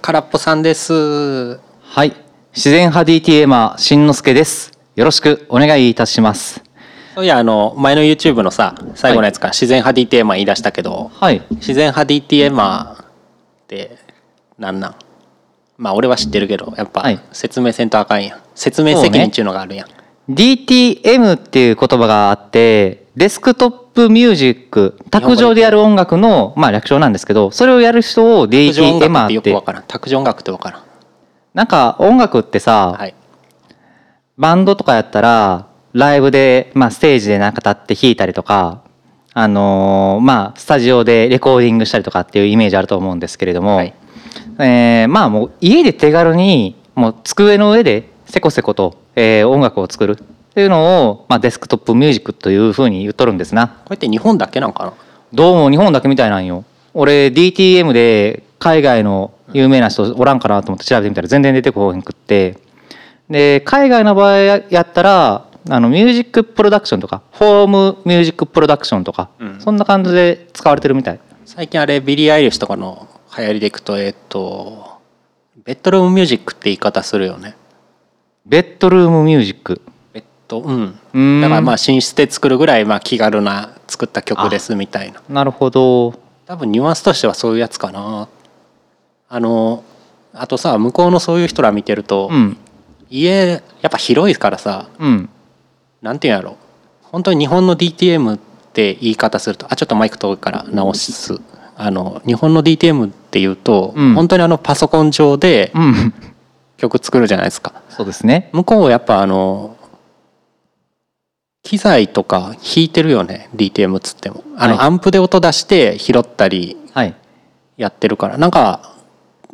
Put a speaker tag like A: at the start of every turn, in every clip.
A: 空っぽさんです。
B: はい。自然派 DTMer、しんのすけです。よろしくお願いいたします。
A: そういや、あの、前の YouTube のさ、最後のやつから自然派 DT エマー言い出したけど、
B: はい。
A: 自然派 DT エマーって、なんなんまあ、俺は知ってるけど、やっぱ
B: はい、
A: 説明せんとあかんやん。説明責任っていうのがあるやん。
B: DTM っていう言葉があって、デスクトップミュージック、卓上でやる音楽の、まあ略称なんですけど、それをやる人を
A: 卓上音楽って
B: DTMer
A: よ
B: っ
A: く
B: て
A: わ、からん。卓上音楽ってわからん。
B: なんか音楽ってさ、
A: はい。
B: バンドとかやったら、ライブで、まあ、ステージでなんか立って弾いたりとか、あのーまあ、スタジオでレコーディングしたりとかっていうイメージあると思うんですけれども、
A: はい
B: えーまあ、もう家で手軽に、もう机の上でせこせこと、えー音楽を作るっていうのを、まあ、デスクトップミュージックというふうに言っとるんですな。
A: これって日本だけなんかな
B: どうも日本だけみたいなんよ。俺、DTM で海外の有名な人おらんかなと思って調べてみたら全然出てこへんくって。で海外の場合やったらあのミュージックプロダクションとかホームミュージックプロダクションとか、
A: うん
B: そんな感じで使われてるみたい
A: 最近あれ、ビリー・アイリッシュとかの流行りでいくと、えっと、ベッドルームミュージックって言い方するよね。
B: ベッドルームミュージック
A: ベッド、うん。
B: うーん
A: だからまあ寝室で作るぐらいまあ気軽な作った曲ですみたいな
B: なるほど
A: 多分ニュアンスとしてはそういうやつかなあのあとさ向こうのそういう人ら見てると、
B: うん
A: 家やっぱ広いからさ
B: うん
A: なんていうんやろ本当に日本の DTM って言い方するとあちょっとマイク遠いから直すあの日本の DTM っていうと、
B: うん
A: 本当にあのパソコン上で
B: うん
A: 曲作るじゃないですか
B: そうですね
A: 向こうはやっぱあの機材とか弾いてるよね DTM っつってもあの、
B: はい
A: アンプで音出して拾ったり
B: はい
A: やってるからなんか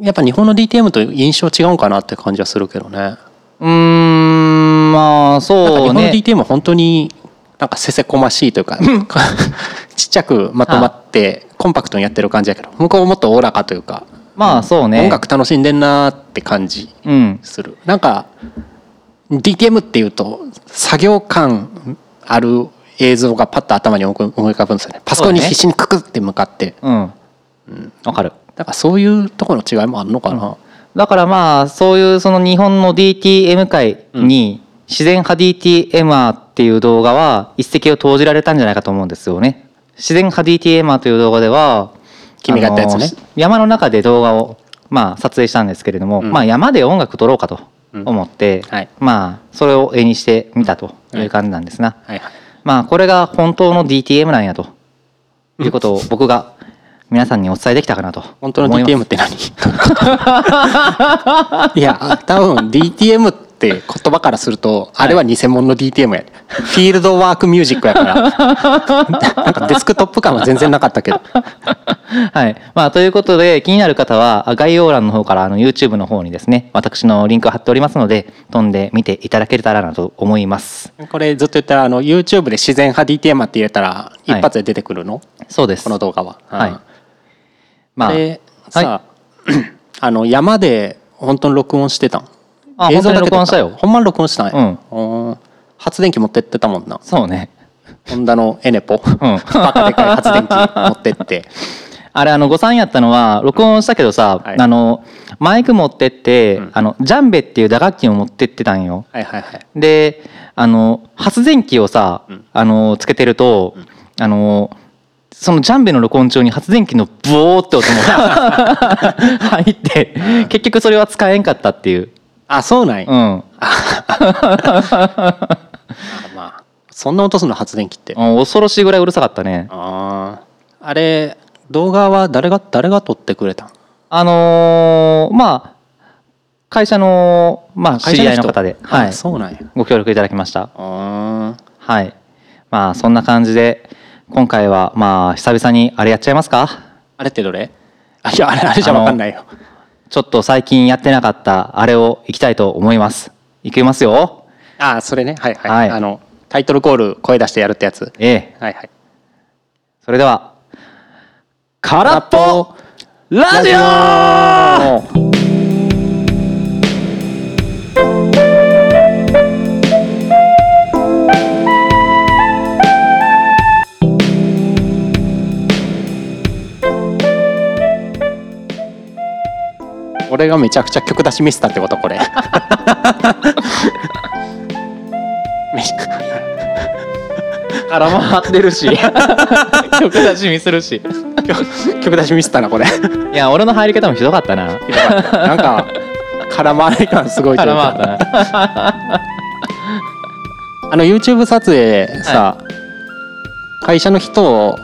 A: やっぱ日本の DTM と印象違うんかなって感じはするけどねなんか
B: うーんまあ
A: 日
B: そう
A: 本の
B: ね
A: DTM は本当になんかせせこましいという かちっちゃくまとまってコンパクトにやってる感じやけど向こうはもっとおおらかというか、
B: まあそうね
A: 音楽楽しんでんなーって感じ
B: うん
A: するなんか DTM っていうと作業感ある映像がパッと頭に思い浮かぶんですよねパソコンに
B: そうだね
A: 必死にククって向かって
B: うんわかる
A: だからそういうところの違いもあるのかな、
B: だからまあそういうその日本の DTM 界に自然派 DTMer っていう動画は一石を投じられたんじゃないかと思うんですよね。自然派 DTMer という動画では
A: 君がやったやつね
B: あの山の中で動画をまあ撮影したんですけれども、
A: うん
B: まあ山で音楽撮ろうかと思って、
A: うんはい
B: まあそれを絵にしてみたという感じなんですな。
A: はいはい
B: まあこれが本当の DTM なんやということを僕が皆さんにお伝えできたかなと
A: 本当の
B: 思い
A: DTM
B: ます
A: って何 いや多分 DTM って言葉からするとあれは偽物の DTM や、フィールドワークミュージックやから なんかデスクトップ感は全然なかったけど
B: はい。まあ、ということで、気になる方は、あ概要欄の方から、あの、YouTube の方にですね、私のリンクを貼っておりますので、飛んで見ていただけたらなと思います。
A: これずっと言ったらあの YouTube で自然派 DTM って入れたら一発で出てくるの、
B: そうです。
A: この動画は。
B: はい
A: うん
B: まあ、
A: でさ、 あの山で本当に録音してたん
B: あ
A: 撮
B: 本当に録音したよ
A: ほんまに録音したん
B: う
A: や、うん発電機持ってってたもんな
B: そうね。
A: ホンダのエネポ、
B: ん
A: バカで かい発電機持ってって
B: あれ、あの、誤算やったのは、録音したけどさ、
A: はい
B: あの、マイク持ってって、
A: うん
B: あの、ジャンベっていう打楽器を持ってってたんよ。
A: はいはいはい
B: であの発電機をさ、
A: うん
B: あのつけてると、あのそのジャンベの録音中に発電機のブオーって音も 入って結局それは使えんかったっていう、
A: あそうなんや、
B: う
A: あ
B: ん、
A: まあそんな音するの発電機って、あ
B: 恐ろしいぐらいうるさかったね
A: あーあれ動画は誰が誰が撮ってくれたん
B: あのーまあ会社の、まあ、知
A: 会社
B: り
A: の人
B: 合いの方で、は
A: あ
B: い、
A: そうなんや
B: ご協力いただきました
A: あー
B: はいまあそんな感じで今回はまあ久々にあれやっちゃいますか
A: あれってどれあいやあれあれじゃ分かんないよ
B: ちょっと最近やってなかったあれを行きたいと思います。行きますよ。
A: ああそれねはいはい、
B: はい
A: あのタイトルコール声出してやるってやつ
B: ええ。
A: はいはい
B: それでは、空っぽラジオ
A: 俺俺がめちゃくちゃ曲出しミスったってことこれ めちゃ
B: 絡まってるし 曲出し見するし
A: 曲曲出しミスったなこれ
B: いや俺の入り方もひどかったな
A: ひどかったなんか絡まない感すごいとい
B: 絡
A: う
B: ま
A: か
B: ったな
A: あの YouTube 撮影さ、会社の人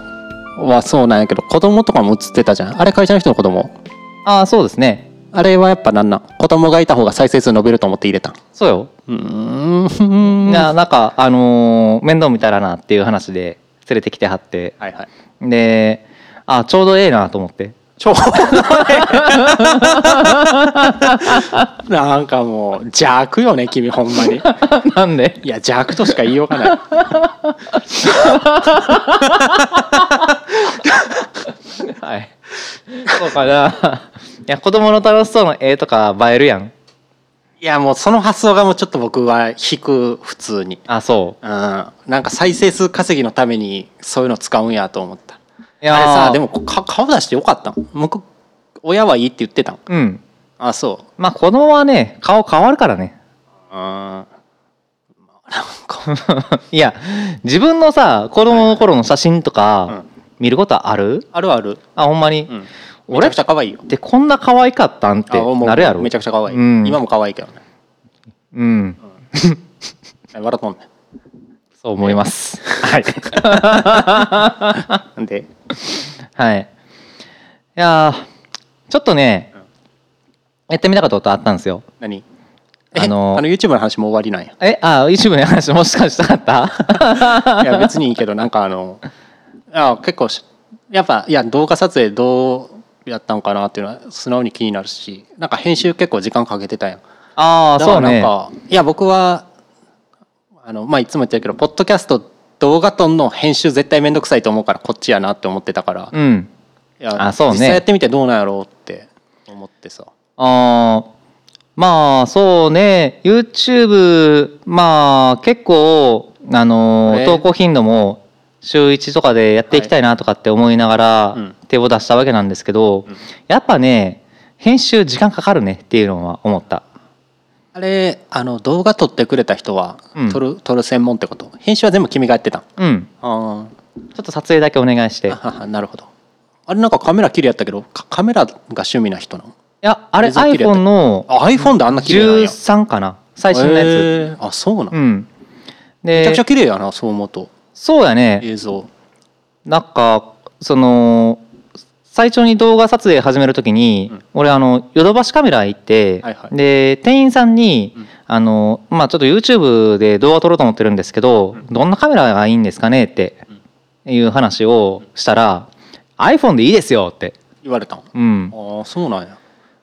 A: はそうなんやけど子供とかも映ってたじゃんあれ会社の人の子供
B: ああそうですね
A: あれはやっぱなんなん子供がいた方が再生数伸びると思って入れたん
B: そうよ
A: うーん
B: い
A: は
B: やなんかあのー面倒見たらなっていう話で連れてきてはって
A: いはい
B: であちょうどええなと思って
A: ちょうどねなんかもう邪悪よね君ほんまに
B: なんで
A: いや邪悪としか言いようがない
B: はいそうかないや子供の楽しそうな絵とか映えるやん
A: いやもうその発想がもうちょっと僕は引く普通に
B: あそ
A: うんなんか再生数稼ぎのためにそういうの使うんやと思った
B: ういやー
A: あれさでもか顔出してよかったん僕親はいいって言ってたん
B: うん
A: あそ
B: まあ子供はね顔変わるからね
A: ううんまあなんか
B: いや自分のさ子供の頃の写真と
A: はいう
B: か
A: ん
B: 見ることある
A: あるある、
B: あほんまに、
A: うん、めち
B: 俺
A: ゃ
B: っ
A: くちゃ可愛いよ
B: てこんな可愛かったんって
A: あもう
B: なるやろ
A: めちゃくちゃ可愛い、
B: うん
A: 今も可愛いけどね
B: うん
A: 笑っとんね
B: そう思います
A: はい なんで
B: はい。いやーちょっとね、やってみたかったことあったんですよ。
A: 何
B: あ
A: あ
B: の
A: のあの YouTube の話もう終わりなんや
B: え、あ、YouTube の話もしかしたかった
A: いや別にいいけどなんかあのあ結構しやっぱいや動画撮影どうやったんかなっていうのは素直に気になるしなんか編集結構時間かけてたやん
B: ああ、
A: だか
B: そ
A: ら
B: う
A: なん
B: ね。
A: か、いや僕はあのまあいつも言ってるけどポッドキャスト動画とんの編集絶対面倒くさいと思うからこっちやなって思ってたから、い
B: うん。
A: や
B: あそうね
A: 実際やってみてどうなんやろうって思ってさ
B: あーまあ、そうね。YouTube、まあ、結構、あのー
A: えー
B: 投稿頻度も週1とかでやっていきたいなとかって思いながら
A: うん
B: 手を出したわけなんですけど、
A: うん
B: やっぱね、編集時間かかるねっていうのは思った。
A: あれあの動画撮ってくれた人は、
B: うん
A: 撮る撮る専門ってこと編集は全部君がやってたん
B: うん。
A: あ
B: ちょっと撮影だけお願いして
A: ー。あは はなるほどあれなんかカメラ綺麗やったけどカカメラが趣味な人なの
B: いやあれ
A: 映像切れた
B: iPhone の
A: あ iPhone であんな綺麗なんや
B: 13かな最新のやつ、
A: へーあそうなん、
B: うん
A: めち
B: で
A: ゃくちゃ綺麗やなそう思うと
B: そうやね
A: 映像
B: なんかその最初に動画撮影始めるときに、
A: うん
B: 俺あのヨドバシカメラ行って、
A: はいはい
B: で店員さんに、
A: うん
B: あのまあちょっと YouTube で動画撮ろうと思ってるんですけど、
A: うん
B: どんなカメラがいいんですかねっていう話をしたら、iPhone でいいですよって、
A: 言われたんあ
B: うん、
A: あそうなんや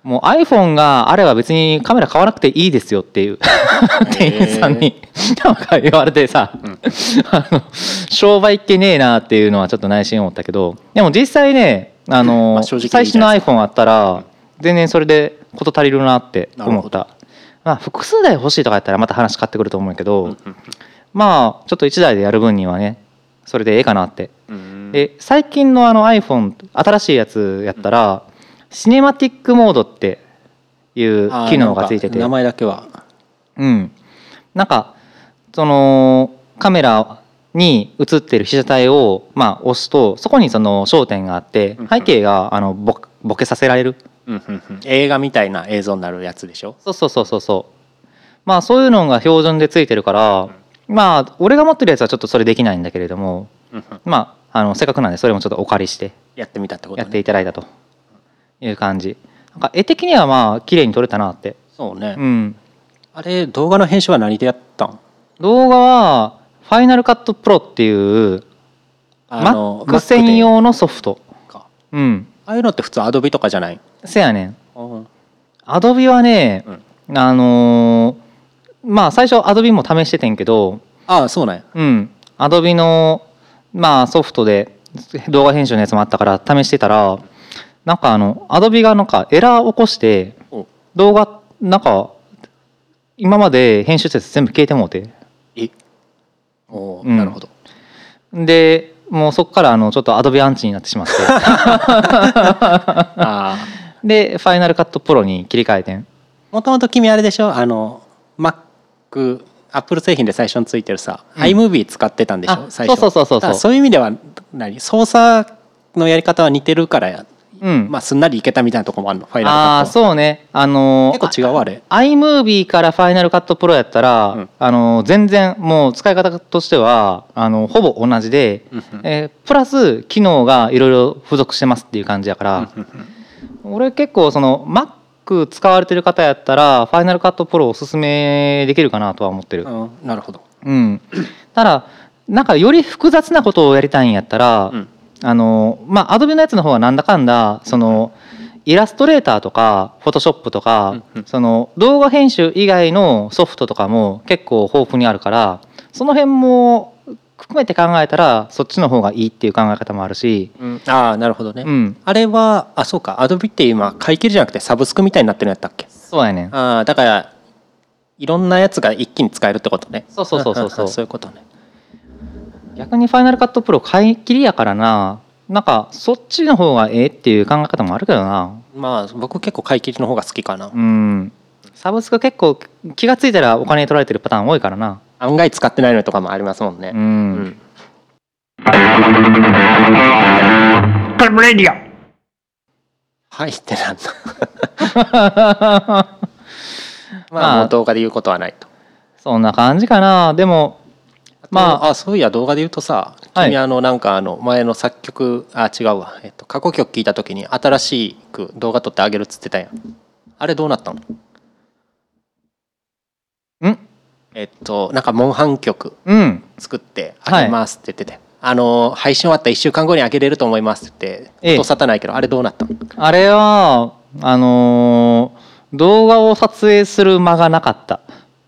B: もう iPhone があれば別にカメラ買わなくていいですよって いう店員さんになんか言われてさ、
A: うん
B: あの商売っ気ねえなっていうのはちょっと内心思ったけどでも実際ねあの、
A: まあ正直いいじゃな
B: 最
A: いです
B: 新
A: か
B: の iPhone あったら全然それで事足りるなって
A: な
B: 思
A: る
B: っ
A: ほ
B: た、まあ、複数台欲しいとかやったらまた話変わってくると思うけど、まあちょっと1台でやる分にはねそれでええかなって
A: うん
B: で最近のあの iPhone 新しいやつやったら、シネマティックモードっていう
A: あー
B: 機能がついてて
A: なんか名前だけは
B: うん、なんかそのカメラに映ってる被写体を、まあ、押すとそこにその焦点があって
A: うんうん
B: 背景があのボボケさせられる
A: 映画みたいな映像になるやつでしょ
B: そうそうそうそうそうまあそういうのが標準でついてるから、まあ俺が持ってるやつはちょっとそれできないんだけれどもまああのせっかくなんでそれもちょっとお借りして
A: やってみたってこと
B: やって
A: ね
B: いただいたという感じなんか絵的にはまあ綺麗に撮れたなって
A: そうね
B: うん
A: あれ動画の編集は何でやったん
B: 動画はファイナルカットプロっていう
A: あの
B: Mac 専用のソフト
A: Mac でか
B: うん
A: ああいうのって普通アドビとかじゃない
B: せやねん
A: うん
B: Adobe はね
A: うん
B: あのーまあ最初 Adobe も試しててんけど
A: ああそうなんや
B: うん、Adobe の、まあ、ソフトで動画編集のやつもあったから試してたらなんかあの Adobe がなんかエラー起こして
A: お
B: 動画なんか今まで編集施設全部消えてもうて
A: えおー
B: うん
A: なるほど
B: でもうそっからあのちょっと Adobe アンチになってしまって
A: あ
B: でファイナルカットプロに切り替えてん
A: もともと君あれでしょあの Mac アップル製品で最初についてるさ、iMovie 使ってたんでし
B: あ
A: ょ最初
B: そうそうそうそうそう
A: だからそういう意味では何操作のやり方は似てるからや、
B: うん、
A: まあ、すんなりいけたみたいなとこもあるのファイナルカット
B: あ
A: は
B: あーそうねあのー
A: 結構違うあれ
B: iMovie からファイナルカットプロやったら、
A: うん
B: あの全然もう使い方としてはあのほぼ同じで、
A: うんうん
B: えープラス機能がいろいろ付属してますっていう感じやから、俺結構その Mac 使われてる方やったらファイナルカットプロおすすめできるかなとは思ってる。
A: うんなるほど、
B: うん、ただなんかより複雑なことをやりたいんやったら、
A: うん
B: あのまあアドビのやつの方はなんだかんだその、イラストレーターとかフォトショップとか、
A: うんうん
B: その動画編集以外のソフトとかも結構豊富にあるからその辺も含めて考えたらそっちの方がいいっていう考え方もあるし、
A: ああなるほどね、
B: うん、
A: あれはあそうかアドビって今買い切りじゃなくてサブスクみたいになってるんやったっけ
B: そうやねん
A: ああだからいろんなやつが一気に使えるってことね
B: そうそうそうそうそうん
A: んそういうことね
B: 逆に「ファイナルカットプロ」買い切りやからななんかそっちの方がええっていう考え方もあるけどな。
A: まあ僕結構買い切りの方が好きかな、
B: うんサブスク結構気が付いたらお金取られてるパターン多いからな
A: 案外使ってないのとかもありますもんね、
B: う、
A: うんんはいってなん だまあ、
B: まあ
A: もう動画で言うことはないと
B: そんな感じかなでもま
A: ま
B: あ
A: ああそういや動画で言うとさ
B: はい
A: 君あのなんかあの前の作曲あ違うわ、えっと、過去曲聞いた時に新しく動画撮ってあげるっつってたやんあれどうなったの
B: うん
A: えっとなんかモンハン曲
B: うん
A: 作ってあげますって言ってて、あの配信終わった1週間後にあげれると思いますって
B: え
A: 言っ
B: え
A: て音沙汰ないけど、あれどうなったの
B: あれはあのー動画を撮影する間がなかった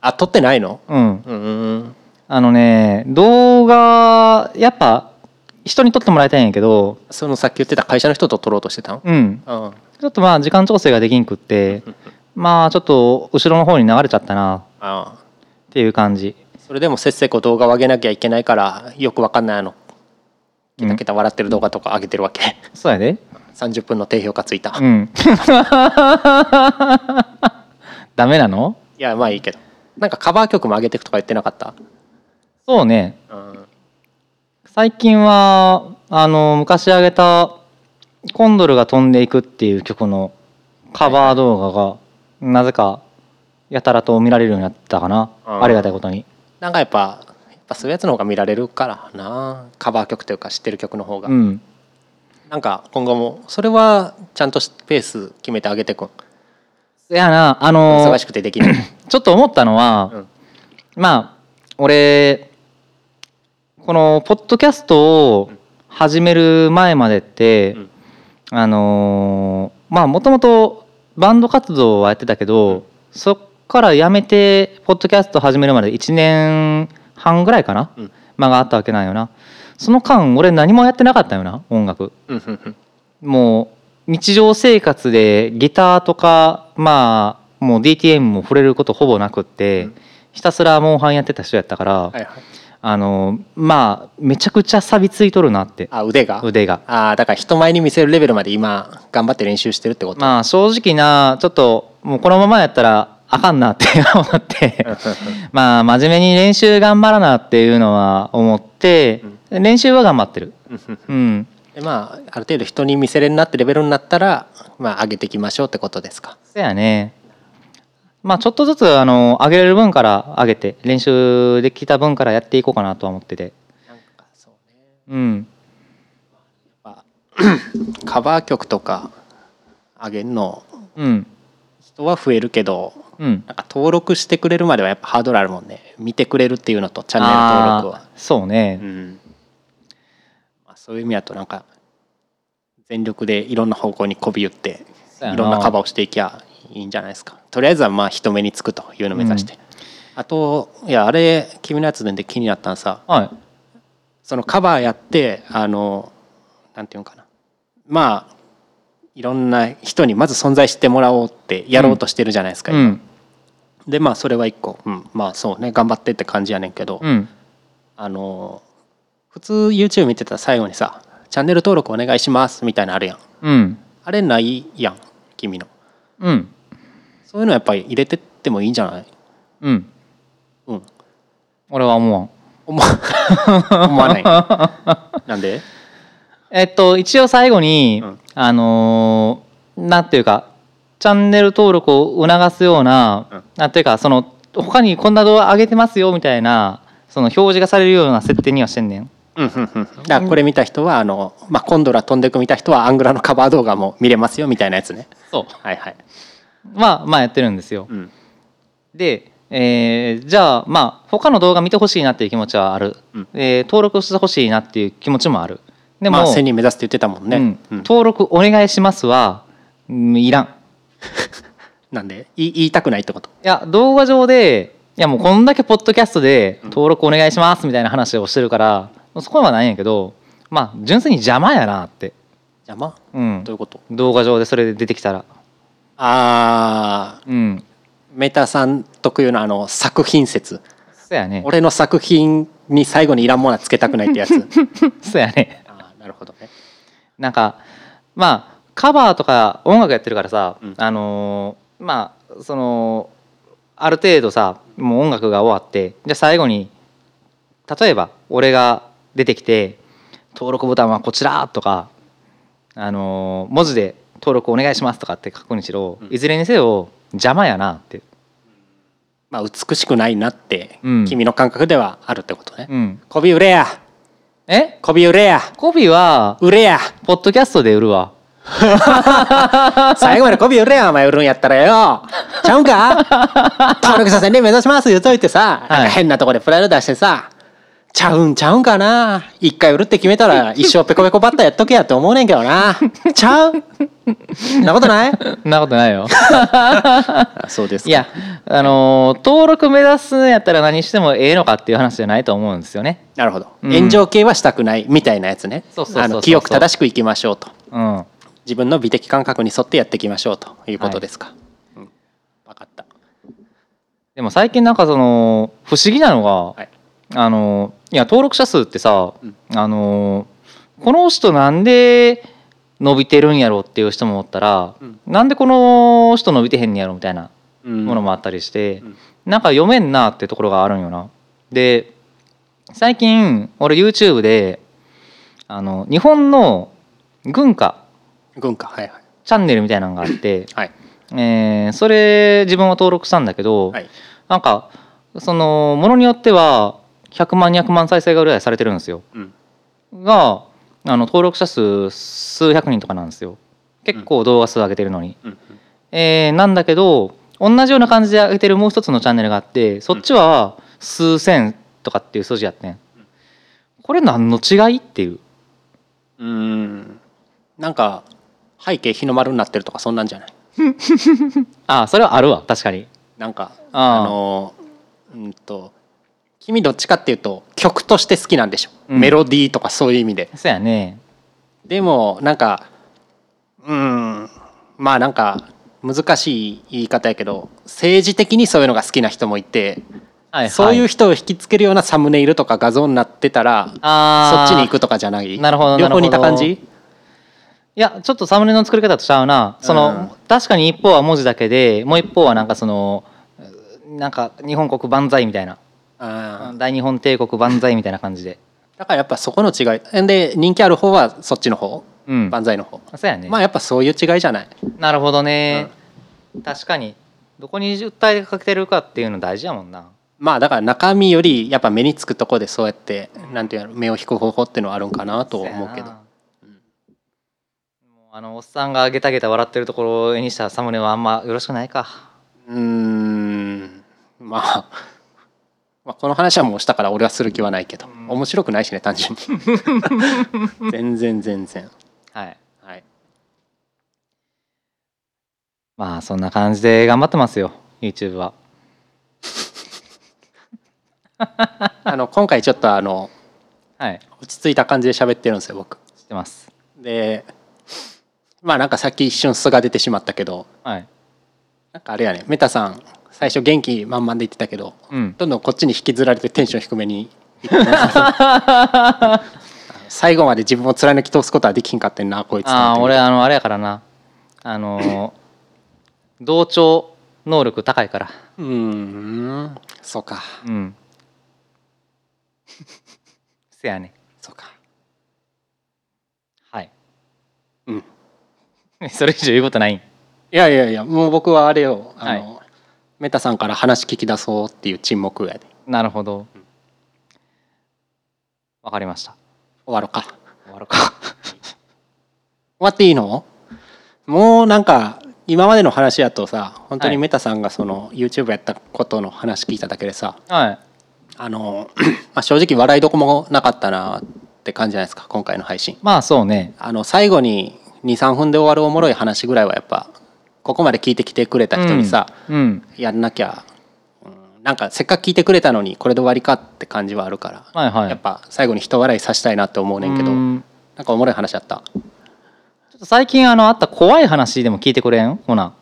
A: あ撮ってないの
B: うん
A: うーん
B: あのね動画やっぱ人に撮ってもらいたいんやけど
A: そのさっき言ってた会社の人と撮ろうとしてたの、
B: うん
A: うん、あ
B: ちょっとまあ時間調整ができんくってまあちょっと後ろの方に流れちゃったな
A: あ
B: っていう感じ
A: それでもせっせと動画を上げなきゃいけないからよくわかんないあのケタケタ笑ってる動画とか上げてるわけ
B: そうやで
A: 30分の低評価ついた、
B: う
A: い
B: ん。 ダメなの
A: やまあいいけどなんかカバー曲も上げていくとか言ってなかった、
B: そうね。
A: うん、
B: 最近は、あの、昔上げた、コンドルが飛んでいくっていう曲のカバー動画が、なぜか、やたらと見られるようになったかな。
A: あー
B: ありがたいことに。
A: なんかやっぱやっぱそういうやつの方が見られるからなカバー曲というか知ってる曲の方が、
B: うん。
A: なんか今後もそれはちゃんとペース決めてあげてくん
B: いやな、あの
A: 忙、しくてでき ない
B: ちょっと思ったのは、
A: うん
B: まあ、俺、この、ポッドキャストを始める前までって、
A: うん
B: あのーまあもともとバンド活動はやってたけど、そっから辞めてポッドキャスト始めるまで1年半ぐらいかな、
A: うん
B: 間があったわけなんよなその間俺何もやってなかったよな音楽
A: うんうんうん
B: もう日常生活でギターとかまあもう DTM も触れることほぼなくって、
A: うん
B: ひたすらモンハンやってた人やったから、
A: はいはい
B: あのーまあめちゃくちゃ錆びついとるなって
A: あ腕が
B: 腕が
A: あーだから人前に見せるレベルまで今頑張って練習してるってこと、
B: まあ正直なちょっともうこのままやったらあかんなって 思ってまあ真面目に練習頑張らなっていうのは思って練習は頑張ってるうん
A: でまあある程度人に見せれるなってレベルになったら、まあ、上げていきましょうってことですか
B: そやねまあちょっとずつあの上げれる分から上げて練習できた分からやっていこうかなとは思ってて
A: なんかそうね
B: うん
A: カバー曲とか上げるの
B: うん
A: 人は増えるけど
B: うん
A: なんか登録してくれるまではやっぱハードルあるもんね見てくれるっていうのとチャンネル登録は
B: あーそうね
A: うんまあ、そういう意味だとなんか全力でいろんな方向にこび打って
B: そうやない
A: ろんなカバーをしていきゃいいんじゃないですかとりあえずはまあ人目につくというのを目指して、あといやあれ君のやつで気になったのさ
B: はい
A: そのカバーやってあのなんていうのかなまあいろんな人にまず存在してもらおうってやろうとしてるじゃないですか、
B: う
A: 今
B: ん
A: でまあそれは一個、うん、まあそうね頑張ってって感じやねんけど、
B: うん
A: あの普通 YouTube 見てたら最後にさ「チャンネル登録お願いします」みたいなのあるやん
B: うん
A: あれないやん君の
B: うん
A: そういうのやっぱり入れてってもいいんじゃない
B: うん
A: うん
B: 俺は思わん
A: 思わ 思わないなんで
B: えっと一応最後に、
A: うん
B: あのーなんていうかチャンネル登録を促すような、
A: うん
B: なんていうかその他にこんな動画上げてますよみたいなその表示がされるような設定にはしてんねん
A: うんうんうん、だからこれ見た人はあの、まあ、コンドラ飛んでく見た人はアングラのカバー動画も見れますよみたいなやつね
B: そう
A: はいはい、
B: まあまあやってるんですよ、
A: うん
B: で、えーじゃあまあ他の動画見てほしいなっていう気持ちはある、
A: うん
B: えー登録してほしいなっていう気持ちもあるでも、
A: まあ1000人目指すって言ってたもんね、
B: うん
A: うん
B: 登録お願いしますは、うんいらん
A: なんでい言いたくないってこと
B: いや動画上でいやもうこんだけポッドキャストで登録お願いしますみたいな話をしてるからそこはないんやけどまあ純粋に邪魔やなって、
A: 邪魔
B: うん
A: どういうこと
B: 動画上でそれで出てきたら
A: あー
B: うん
A: メタさん特有のあの作品説
B: そやね
A: 俺の作品に最後にいらんものはつけたくないってやつ
B: そやね
A: あーなるほどね
B: なんかまあカバーとか音楽やってるからさ、
A: うん
B: あのーまあそのある程度さもう音楽が終わってじゃあ最後に例えば俺が出てきて「登録ボタンはこちら」とか、あのー文字で「登録お願いします」とかって書くにしろ、
A: うん
B: いずれにせよ邪魔やなって、
A: まあ美しくないなって、
B: うん
A: 君の感覚ではあるってことね、
B: うん、
A: こび売れや
B: え
A: こび売れや
B: コピーは
A: 売れや
B: ポッドキャストで売るわ
A: 最後まで媚び売れやお前売るんやったらよちゃうん か登録者千人目指します言うといてさ、なんか変なとこでプライド出してさちゃうんちゃうんかな一回売るって決めた ら一生ペコペコバッタやっとけやって思うねんけどなちゃうそんなこと ない
B: そんなことないよ
A: そうです
B: いや、あのー登録目指すんやったら何してもええのかっていう話じゃないと思うんですよね。
A: なるほど、
B: うん
A: 炎上系はしたくないみたいなやつね
B: そうそうそうそう
A: あの記憶正しくいきましょうと
B: うん。
A: 自分の美的感覚に沿ってやっていきましょうということですか、うん分かった
B: でも最近なんかその不思議なのが、
A: はい
B: あのーいや登録者数ってさ、
A: うん
B: あのーこの人なんで伸びてるんやろっていう人もおったら、
A: うん
B: なんでこの人伸びてへんねやろみたいな
A: うん
B: ものもあったりして、
A: うん
B: なんか読めんなってところがあるんよな。で最近俺 YouTube であの日本の軍歌
A: 軍歌はいはい
B: チャンネルみたいなのがあって、
A: はい
B: えーそれ自分は登録したんだけど、
A: はい
B: なんかそのものによっては100万200万再生がぐらいされてるんですよ
A: うん
B: があの登録者数数百人とかなんですよ結構動画数上げてるのに、
A: うん
B: えーなんだけど同じような感じで上げてるもう一つのチャンネルがあってそっちは数千とかっていう数字やってんこれ何の違いっていう
A: うーんなんか背景日の丸になってるとかそんなんじゃない
B: ああそれはあるわ確かに
A: なんか
B: あ
A: あ
B: ー
A: のうんと君どっちかっていうと曲として好きなんでしょ、
B: うん
A: メロディーとかそういう意味で
B: そうやね
A: でもなんかうんまあなんか難しい言い方やけど政治的にそういうのが好きな人もいて、
B: はは
A: そういう人を引きつけるようなサムネイルとか画像になってたらそ
B: あ
A: っ
B: ー
A: ちに行くとかじゃない
B: なるほど
A: 両方似た
B: なる
A: 感
B: ほど
A: じ
B: いやちょっとサムネの作り方とちゃうなその、確かに一方は文字だけでもう一方はなんかそのなんか日本国万歳みたいな
A: あー
B: 大日本帝国万歳みたいな感じで
A: だからやっぱそこの違いで人気ある方はそっちの方
B: うん
A: 万歳の方、
B: そうやね、
A: まあやっぱそういう違いじゃない
B: なるほどね、確かにどこに訴えがかけてるかっていうの大事やもんな
A: まあだから中身よりやっぱ目につくとこでそうやってなんていうの目を引く方法っていうのはあるんかなと思うけど
B: そやなもうあのおっさんがゲタゲタ笑ってるところを絵にしたサムネはあんまよろしくないか
A: うーんまあ まあこの話はもうしたから俺はする気はないけど
B: うん
A: 面白くないしね単純に 全然全然
B: はい
A: はい
B: まあそんな感じで頑張ってますよ YouTube は
A: あの今回ちょっとあの
B: はい
A: 落ち着いた感じで喋ってるんですよ僕
B: 知ってます
A: でまあなんかさっき一瞬素が出てしまったけど
B: はい
A: なんかあれやねメタさん最初元気満々で言ってたけど
B: うん
A: どんどんこっちに引きずられてテンション低め に最後まで自分を貫き通すことはできひんかってんなこいつ
B: ああ俺あのあれやからなあの同調能力高いから
A: うーんそうか
B: うん。せやね。
A: そうか
B: はい。
A: うん。
B: それ以上言うことないん。
A: いやいやいやもう僕はあれよあ
B: はい
A: の、メタさんから話聞き出そうっていう沈黙やで
B: なるほど。わかりました。
A: 終わろうか終
B: 終わろうか。
A: わっていいのもうなんか今までの話やとさ本当
B: は
A: に
B: い
A: メタさんがその YouTube やったことの話聞いただけでさ
B: はい。
A: あの まあ正直笑いどこもなかったなって感じじゃないですか今回の配信
B: まあそうね。
A: あの最後に23分で終わるおもろい話ぐらいはやっぱここまで聞いてきてくれた人にさ、
B: うん。うん。
A: やんなきゃ、うんなんかせっかく聞いてくれたのにこれで終わりかって感じはあるから、
B: はいはい。
A: やっぱ最後に人笑いさせたいなって思うねんけど、
B: うん
A: なんかおもろい話あった
B: ちょっと最近あのあった怖い話でも聞いてくれんほな。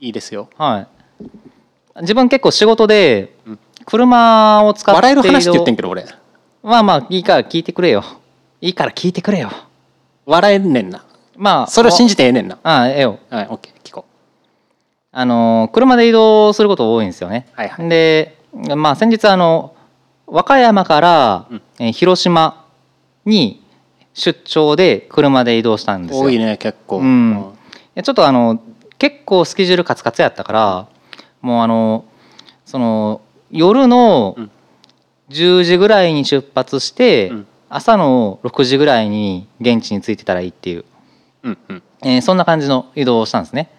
A: いいですよ
B: はい。自分結構仕事で
A: うん
B: 車を使って
A: 笑える話って言ってん
B: け
A: けど俺
B: どまあまあいいから聞いてくれよいいから聞いてくれよ
A: 笑えんねんな
B: まあ
A: それを信
B: じ
A: じてええねんな
B: ああええよ
A: はいオッケー聞こ
B: あの車で移動すること多いんですよね。
A: はいは
B: で、まあ、先日あの和歌山から、
A: うん
B: えー広島に出張で車で移動したん
A: う
B: ですよ。
A: 多いね結構、
B: うんでちょっとあの結構スケジュールカツカツやったからもうあのその夜の
A: うん
B: 10時ぐらいに出発して、
A: うん
B: 朝の6時ぐらいに現地に着いてたらいいっていう、
A: うんうん
B: えーそんな感じの移動をしたんですね。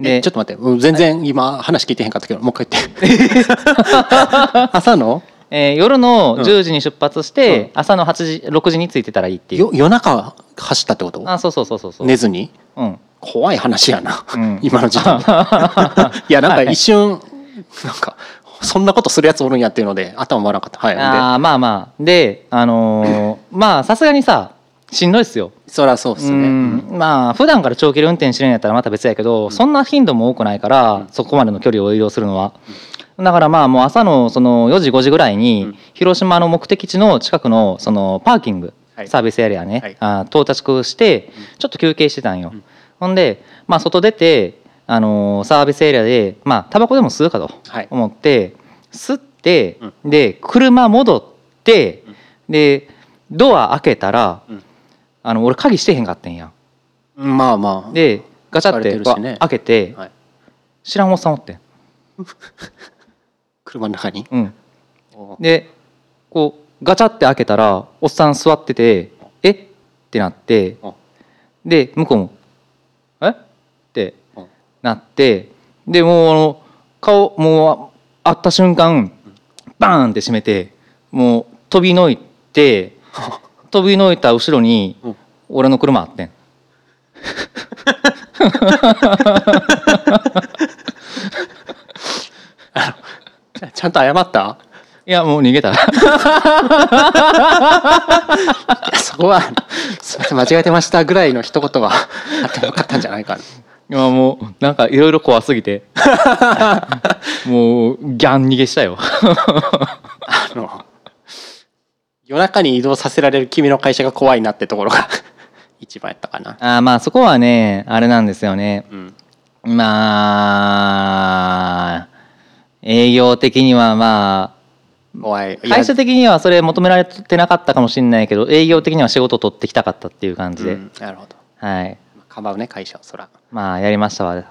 A: え
B: で
A: ちょっと待ってうん全然今話聞いてへんかったけどもう一回言って 朝の
B: えー夜の
A: うん
B: 10時に出発して、朝の8時6時に着いてたらいいっていう
A: よ夜中走ったってこと
B: あそうそうそうそうそう、
A: 寝ずに
B: うん
A: 怖い話やな、
B: うん
A: 今の時 代いやなんか一瞬なんかそんなことするやつおるんやっていうので頭回らなかったは
B: あーまあまあであのーまあさすがにさしんどいっすよ、
A: いでそりゃそうっすね、
B: うんまあ普段から長距離運転してるんやったらまた別やけど、そんな頻度も多くないから、そこまでの距離を移動するのは、だからまあもう朝のその4時5時ぐらいに、
A: うん
B: 広島の目的地の近くのそのパーキング、
A: はい
B: サービスエリアね、
A: はい
B: あー到着してちょっと休憩してたんよ、
A: うん
B: ほんでまあ外出て、あのーサービスエリアでまあタバコでも吸うかと
A: はい
B: 思って吸って
A: うん、
B: で車戻って、でドア開けたら、
A: うん
B: あの俺鍵してへんかってんや
A: まあまあ
B: でガチャっ
A: 疲れて
B: て
A: るしね
B: わ開けて
A: はい、
B: 知らんおっさんおってん
A: 車の中に
B: うん
A: お
B: でこうガチャって開けたらおっさん座ってて「えっ?」てなって
A: お
B: で向こうも「えっ?」て
A: お
B: なってでもうあの顔もうあ会った瞬間バーンって閉めてもう飛びのい て飛びのいた後ろに
A: うん
B: 俺の車あってん。
A: ちゃんと謝った
B: いやもう逃げた
A: いやそこは「すいません間違えてました」ぐらいの一言はあってもよかったんじゃないかな
B: 今もうなんかいろいろ怖すぎて もうギャン逃げしたよ
A: あの夜中に移動させられる君の会社が怖いなってところが一番やったかな
B: あーまあそこはねあれなんですよね
A: うん
B: まあ営業的にはま
A: 怖い
B: あ会社的にはそれ求められてなかったかもしれないけど営業的には仕事を取ってきたかったっていう感じ
A: う
B: で、
A: ん、なるほど
B: はい
A: まあかばうね会社をそら
B: まあやりましたわ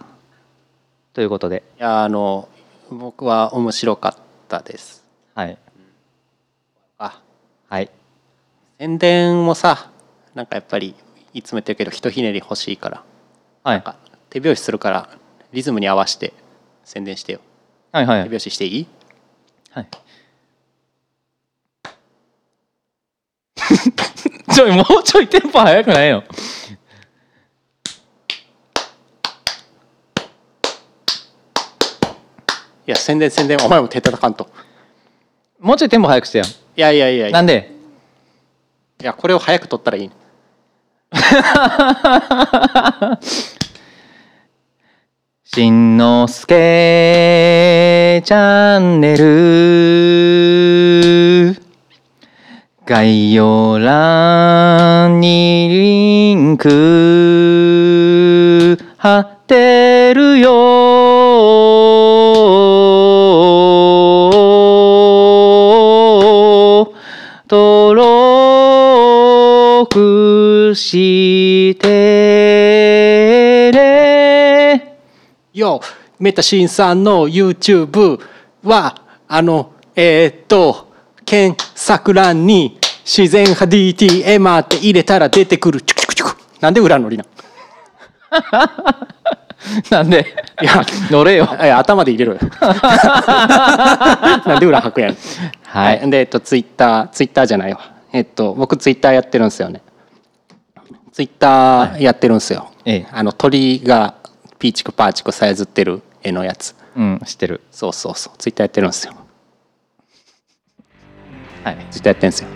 B: ということで
A: いやあの僕は面白かったです
B: はい
A: あ
B: はい
A: 宣伝もさなんかやっぱりいつも言ってるけどひとひねり欲しいから
B: はい
A: あ手拍子するからリズムに合わせて宣伝してよ
B: はいは
A: 手
B: い
A: 拍子していい
B: はい。 ちょい、もうちょいテンポ早くないの
A: いや宣伝宣伝お前も手叩かんと
B: もうちょいテンポ早くしてよ。
A: いやいやいやい
B: な
A: や
B: んで
A: いやこれを早く取ったらいい
B: しんのすけチャンネル概要欄にリンク貼ってるよしてね
A: よメタシンさんの YouTube はあのえーっと検索欄に自然派 DTM って入れたら出てくるチュクチュクチュクなんで裏乗りなん
B: なんで
A: いや
B: 乗 れよ
A: いや頭で入れろよなんで裏吐くやん
B: はい
A: でえっとツイッターツイッターじゃないわえっと僕ツイッターやってるんですよねツイッターやってるんですよ、
B: ええ
A: あの鳥がピーチクパーチクさえずってる絵のやつ
B: うん知ってる
A: そうそうそうツイッターやってるんですよ
B: はい
A: ツイッターやってるんですよ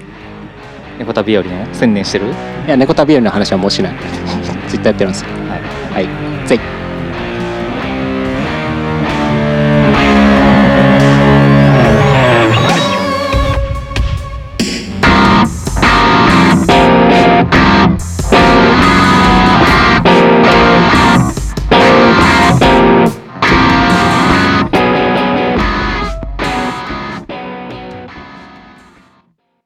B: 猫旅よりね専念してるはい
A: や猫旅よりの話はもうしないツイッターやってるんですよはいぜひ